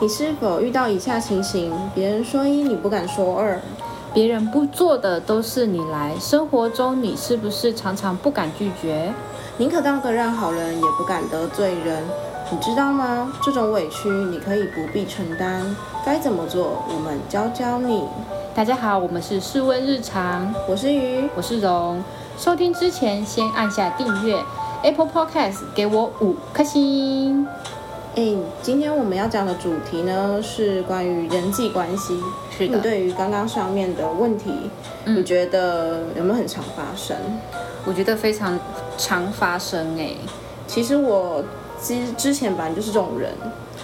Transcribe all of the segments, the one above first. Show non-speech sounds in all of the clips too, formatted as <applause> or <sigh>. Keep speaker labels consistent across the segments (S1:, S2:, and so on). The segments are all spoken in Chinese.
S1: 你是否遇到以下情形：别人说一，你不敢说二？
S2: 别人不做的都是你来。生活中你是不是常常不敢拒绝？
S1: 宁可当个烂好人，也不敢得罪人。你知道吗？这种委屈你可以不必承担。该怎么做，我们教教你。
S2: 大家好，我们是试问日常，
S1: 我是鱼，
S2: 我是荣。收听之前先按下订阅，Apple Podcast 给我五颗星。
S1: 诶，哎今天我们要讲的主题呢是关于人际关系。
S2: 是
S1: 你
S2: 的，
S1: 对于刚刚上面的问题，
S2: 嗯
S1: 你觉得有没有很常发生？
S2: 我觉得非常常发生欸诶、
S1: 其实我之之前本来就是这种人，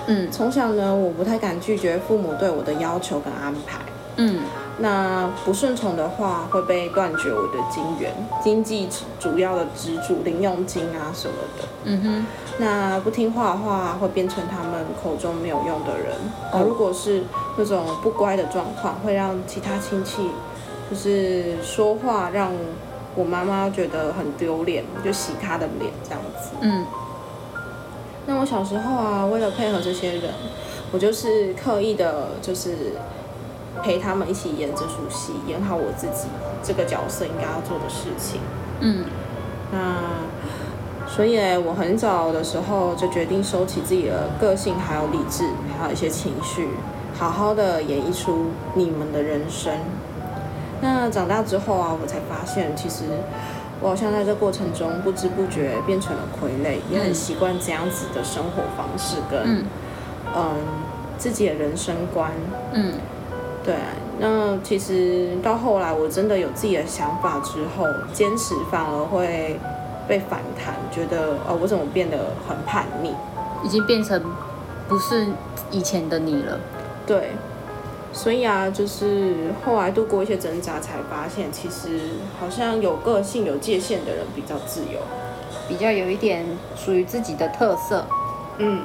S2: 嗯
S1: 从小呢我不太敢拒绝父母对我的要求跟安排。
S2: 嗯，
S1: 那不顺从的话，会被断绝我的金源、经济主要的支柱、零用金啊什么的。
S2: 嗯哼，
S1: 那不听话的话，会变成他们口中没有用的人。
S2: 哦
S1: 而如果是那种不乖的状况，会让其他亲戚就是说话让我妈妈觉得很丢脸，就洗她的脸这样子。
S2: 嗯
S1: 那我小时候啊，为了配合这些人，我就是刻意的，就是陪他们一起演这出戏，演好我自己这个角色应该要做的事情。
S2: 嗯，
S1: 那嗯所以我很早的时候就决定收起自己的个性，还有理智，还有一些情绪，好好的演绎出你们的人生。那长大之后啊，我才发现，其实我好像在这过程中不知不觉变成了傀儡，也很习惯这样子的生活方式跟嗯
S2: 嗯
S1: 自己的人生观。
S2: 嗯
S1: 对，那其实到后来我真的有自己的想法之后，坚持反而会被反弹，觉得哦，我怎么变得很叛逆？
S2: 已经变成不是以前的你了。
S1: 对，所以啊，就是后来度过一些挣扎，才发现其实好像有个性、有界限的人比较自由。
S2: 比较有一点属于自己的特色。
S1: 嗯，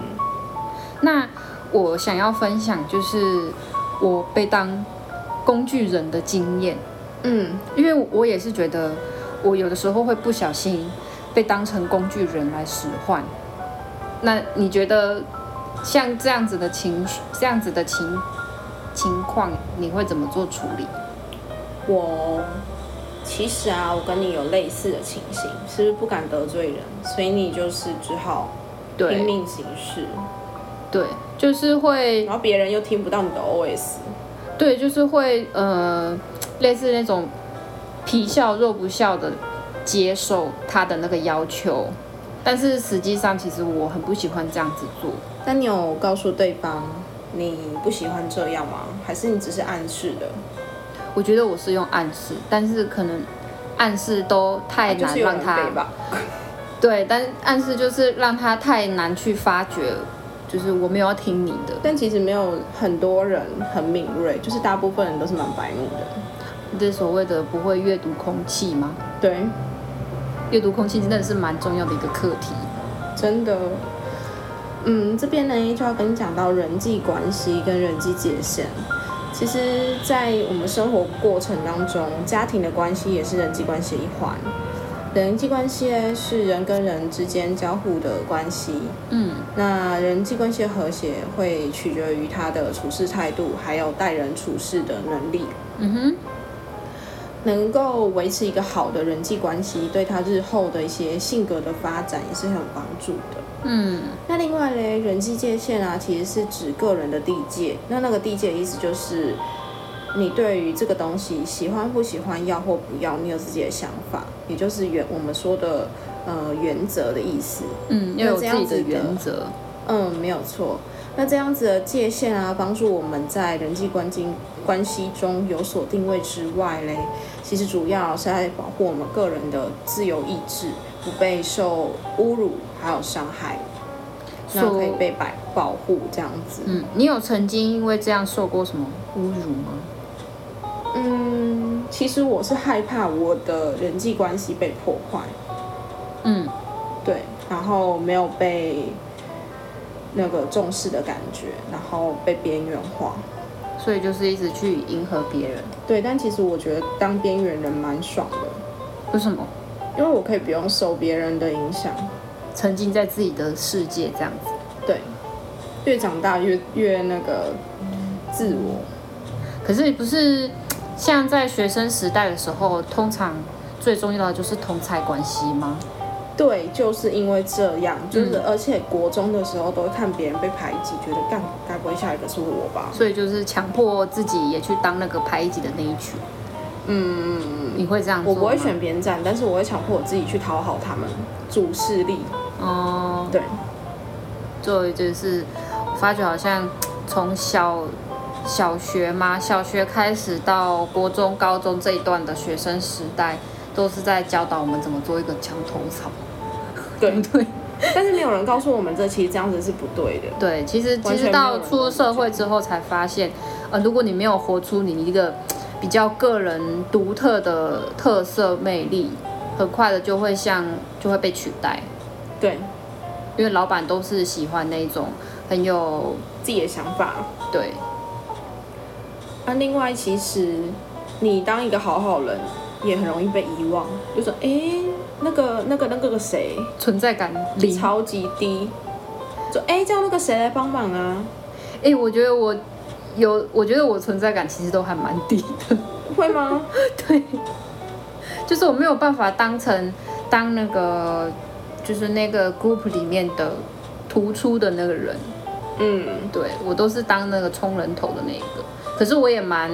S2: 那我想要分享就是我被当工具人的经验，
S1: 嗯，
S2: 因为我也是觉得我有的时候会不小心被当成工具人来使唤。那你觉得像这样子的情绪，这样子的情情况，你会怎么做处理？
S1: 我其实啊，我跟你有类似的情形，是不是不敢得罪人，所以你就是只好拼
S2: 对
S1: 命行事，
S2: 对，就是会
S1: 然后别人又听不到你的 OS。
S2: 对，就是会呃，类似那种皮笑肉不笑的接受他的那个要求，但是实际上其实我很不喜欢这样子做。
S1: 但你有告诉对方你不喜欢这样吗？还是你只是暗示的？
S2: 我觉得我是用暗示，但是可能暗示都太
S1: 啊就
S2: 难
S1: 是有
S2: 让
S1: 人
S2: 他
S1: 背吧。
S2: 对，但暗示就是让他太难去发觉，就是我没有要听你的，
S1: 但其实没有很多人很敏锐，就是大部分人都是蛮白目的。
S2: 你这所谓的不会阅读空气吗？
S1: 对，
S2: 阅读空气真的是蛮重要的一个课题。
S1: 真的。嗯，这边呢就要跟你讲到人际关系跟人际界限。其实，在我们生活过程当中，家庭的关系也是人际关系的一环。人际关系呢是人跟人之间交互的关系，
S2: 嗯
S1: 那人际关系的和谐会取决于他的处事态度，还有待人处事的能力。
S2: 嗯哼，
S1: 能够维持一个好的人际关系，对他日后的一些性格的发展也是很有帮助的。
S2: 嗯
S1: 那另外嘞，人际界限啊，其实是指个人的地界。那那个地界的意思就是，你对于这个东西喜欢不喜欢、要或不要，你有自己的想法，也就是原我们说的呃原则的意思。
S2: 嗯，要有
S1: 这
S2: 自
S1: 样
S2: 己的
S1: 子的
S2: 原则。
S1: 嗯，没有错。那这样子的界限啊，帮助我们在人际关系关系中有所定位之外嘞，其实主要是在保护我们个人的自由意志，不被受侮辱还有伤害，那可以
S2: 说
S1: 被保保护这样子。
S2: 嗯，你有曾经因为这样受过什么侮辱吗？
S1: 嗯，其实我是害怕我的人际关系被破坏，
S2: 嗯，
S1: 对，然后没有被那个重视的感觉，然后被边缘化。
S2: 所以就是一直去迎合别人。
S1: 对，但其实我觉得当边缘人蛮爽的，
S2: 为什么？
S1: 因为我可以不用受别人的影响。
S2: 沉浸在自己的世界这样子。
S1: 对，越长大越越那个自我。
S2: 可是不是像在学生时代的时候，通常最重要的就是同才关系吗？
S1: 对，就是因为这样，就是、而且国中的时候都会看别人被排挤，觉得干该不会下一个是我吧？
S2: 所以就是强迫自己也去当那个排挤的那一群。嗯，你会这样做
S1: 我
S2: 吗
S1: 不会选别人站，但是我会强迫我自己去讨好他们，主势力。
S2: 哦。
S1: 对，
S2: 作为就是我发觉好像从小小学嘛，小学开始到国中、高中这一段的学生时代，都是在教导我们怎么做一个墙头草。
S1: 对
S2: 不对。
S1: 但是没有人告诉我们这其实这样子是不对的。
S2: 对，其实其
S1: 完全没
S2: 实
S1: 有
S2: 到
S1: 人
S2: 出
S1: 会
S2: 社
S1: 讲
S2: 会之后才发现，呃，如果你没有活出你一个比较个人独特的特色魅力，很快的就会像就会被取代，
S1: 对
S2: 因为老板都是喜欢那一种很有
S1: 自己的想法。
S2: 对
S1: 那、另外，其实你当一个好好人，也很容易被遗忘。就说，诶，那个、那个、那个谁，
S2: 存在感零。
S1: 超级低。就诶，叫那个谁来帮忙啊？
S2: 哎、我觉得我有，我觉得我存在感其实都还蛮低的，
S1: 会吗？ <laughs>
S2: 就是我没有办法当成当那个就是那个 group 里面的突出的那个人，
S1: 嗯，
S2: 对我都是当那个冲人头的那一个。可是我也蛮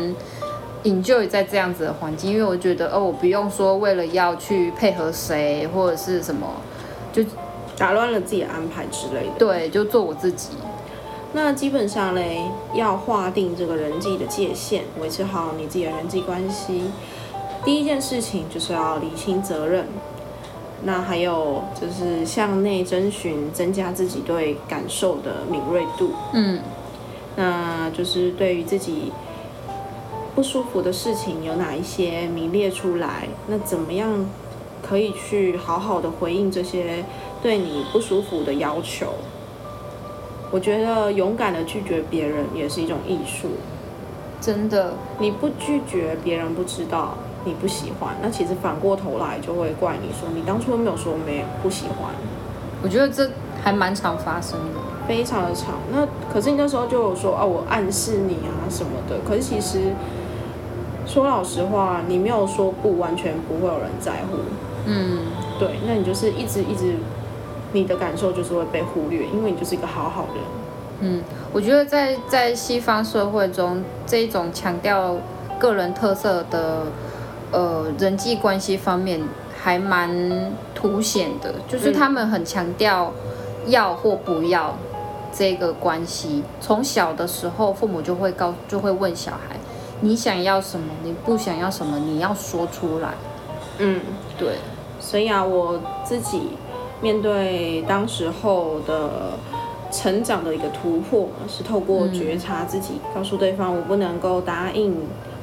S2: enjoy 在这样子的环境，因为我觉得哦，我不用说为了要去配合谁或者是什么，
S1: 打乱了自己的安排之类的。
S2: 对，就做我自己。
S1: 那基本上嘞，要划定这个人际的界限，维持好你自己的人际关系。第一件事情就是要理清责任，那还有就是向内征询，增加自己对感受的敏锐度。
S2: 嗯，
S1: 那就是对于自己不舒服的事情有哪一些名列出来，那怎么样可以去好好的回应这些对你不舒服的要求？我觉得勇敢的拒绝别人也是一种艺术。
S2: 真的，
S1: 你不拒绝，别人不知道你不喜欢，那其实反过头来就会怪你说你当初没有说没不喜欢。
S2: 我觉得这还蛮常发生的。
S1: 非常的长。那可是你那时候就有说啊，我暗示你啊什么的。可是其实说老实话，你没有说不，完全不会有人在乎。
S2: 嗯，
S1: 对，那你就是一直一直，你的感受就是会被忽略，因为你就是一个好好人。
S2: 我觉得在在西方社会中，这一种强调个人特色的呃人际关系方面，还蛮凸显的，就是
S1: 嗯
S2: 他们很强调要或不要这个关系。从小的时候，父母就会告就会问小孩，你想要什么，你不想要什么，你要说出来。
S1: 嗯，
S2: 对，
S1: 所以啊，我自己面对当时候的成长的一个突破，是透过觉察自己，告诉对方我不能够答应，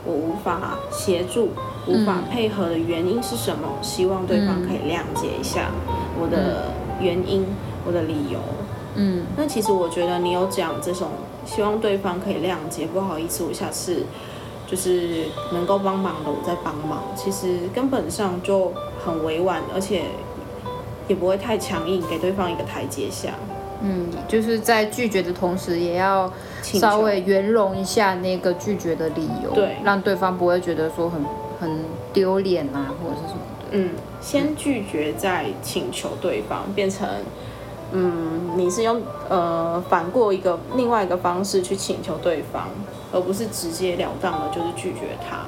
S1: 我无法协助、无法配合的原因是什么，希望对方可以谅解一下我的原因、我的理由。
S2: 嗯，
S1: 那其实我觉得你有讲这种，希望对方可以谅解，不好意思，我下次就是能够帮忙的我再帮忙。其实根本上就很委婉，而且也不会太强硬，给对方一个台阶下。
S2: 嗯，就是在拒绝的同时，也要
S1: 请求
S2: 稍微圆融一下那个拒绝的理由，
S1: 对
S2: 让对方不会觉得说很很丢脸啊，或者是什么的。
S1: 嗯，先拒绝再请求对方，变成嗯，你是用呃反过一个另外一个方式去请求对方，而不是直截了当的就是拒绝他。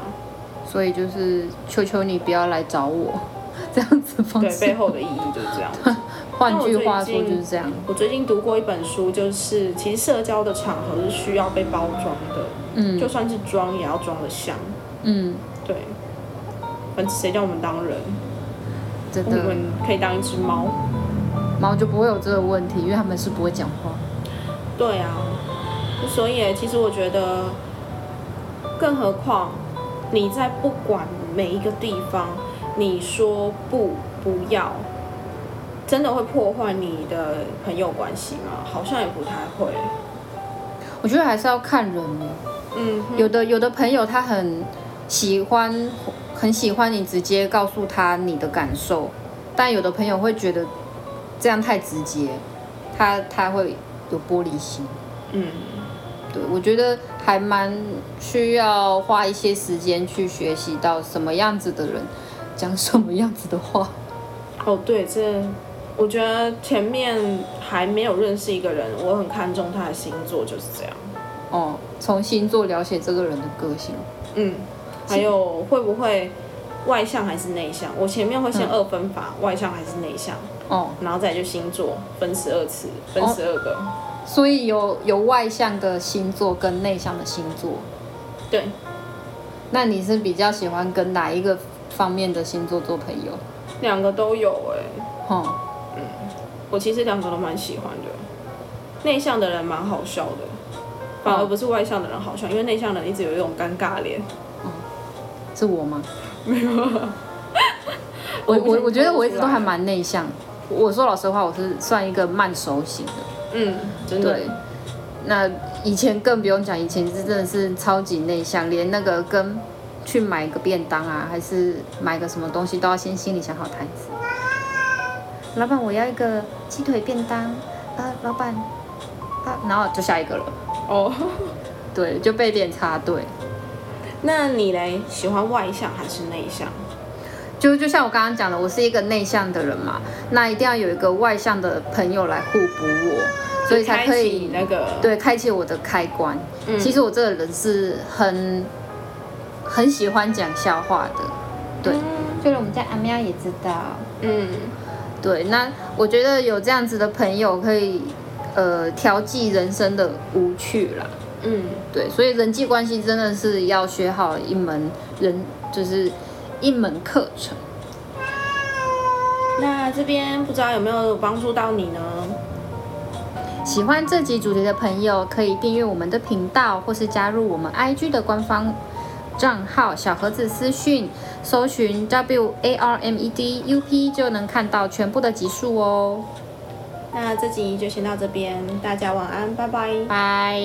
S2: 所以就是求求你不要来找我， <laughs> 这样子方
S1: 对，背
S2: 式。
S1: 后的意义就是这样子。
S2: 换句话
S1: 那
S2: 说
S1: 我最
S2: 就
S1: 近
S2: 是这样。
S1: 我最近读过一本书，就是其实社交的场合是需要被包装的，
S2: 嗯
S1: 就算是装也要装得像。
S2: 嗯，
S1: 对，反正谁叫我们当人，
S2: 真
S1: 我
S2: 的，
S1: 们可以当一只猫。
S2: 猫就不会有这个问题，因为他们是不会讲话。
S1: 对啊，所以其实我觉得，更何况你在不管每一个地方，你说不不要，真的会破坏你的朋友关系吗？好像也不太会。
S2: 我觉得还是要看人耶
S1: 嗯哼，
S2: 有的有的朋友他很喜欢，很喜欢你直接告诉他你的感受，但有的朋友会觉得这样太直接，他他会有玻璃心。
S1: 嗯，
S2: 对，我觉得还蛮需要花一些时间去学习到什么样子的人讲什么样子的话。
S1: 哦，对，这我觉得前面还没有认识一个人，我很看重他的星座，就是这样。
S2: 哦，从星座了解这个人的个性。
S1: 嗯，还有会不会外向还是内向？我前面会先二分法，外向还是内向，
S2: 哦，
S1: 然后再就星座分十二次，分
S2: 哦
S1: 十二个。
S2: 所以有有外向的星座跟内向的星座。
S1: 对，
S2: 那你是比较喜欢跟哪一个方面的星座做朋友？
S1: 两个都有哎、
S2: 哦，
S1: 我其实两个都蛮喜欢的。内向的人蛮好笑的，反而不是外向的人好笑，因为内向的人一直有一种尴尬脸。
S2: 是我吗？没有。我我我觉得我一直都还蛮内向。我说老实话，我是算一个慢熟型的。
S1: 嗯，真的
S2: 对，，那以前更不用讲，以前是真的是超级内向，连那个跟去买个便当啊，还是买个什么东西，都要先心里想好台词。老板，我要一个鸡腿便当。啊，老板，啊，然后就下一个了。
S1: 哦。
S2: 对，就被脸插队。
S1: 那你嘞，喜欢外向还是内向？
S2: 就就像我刚刚讲的，我是一个内向的人嘛，那一定要有一个外向的朋友来互补我，所以才可
S1: 开启
S2: 以
S1: 那个，嗯
S2: 对，开启我的开关。其实我这个人是很很喜欢讲笑话的，对，就是我们家阿喵也知道。
S1: 嗯，
S2: 对，那我觉得有这样子的朋友可以呃调剂人生的无趣啦。
S1: 嗯
S2: 对，所以人际关系真的是要学好一门人，就是一门课程。
S1: 那这边不知道有没有帮助到你呢？
S2: 喜欢这集主题的朋友，可以订阅我们的频道，或是加入我们 IG 的官方账号“小盒子私讯”，搜寻 W A R M E D U P 就能看到全部的集数哦。
S1: 那这集就先到这边，大家晚安，拜拜。
S2: 拜。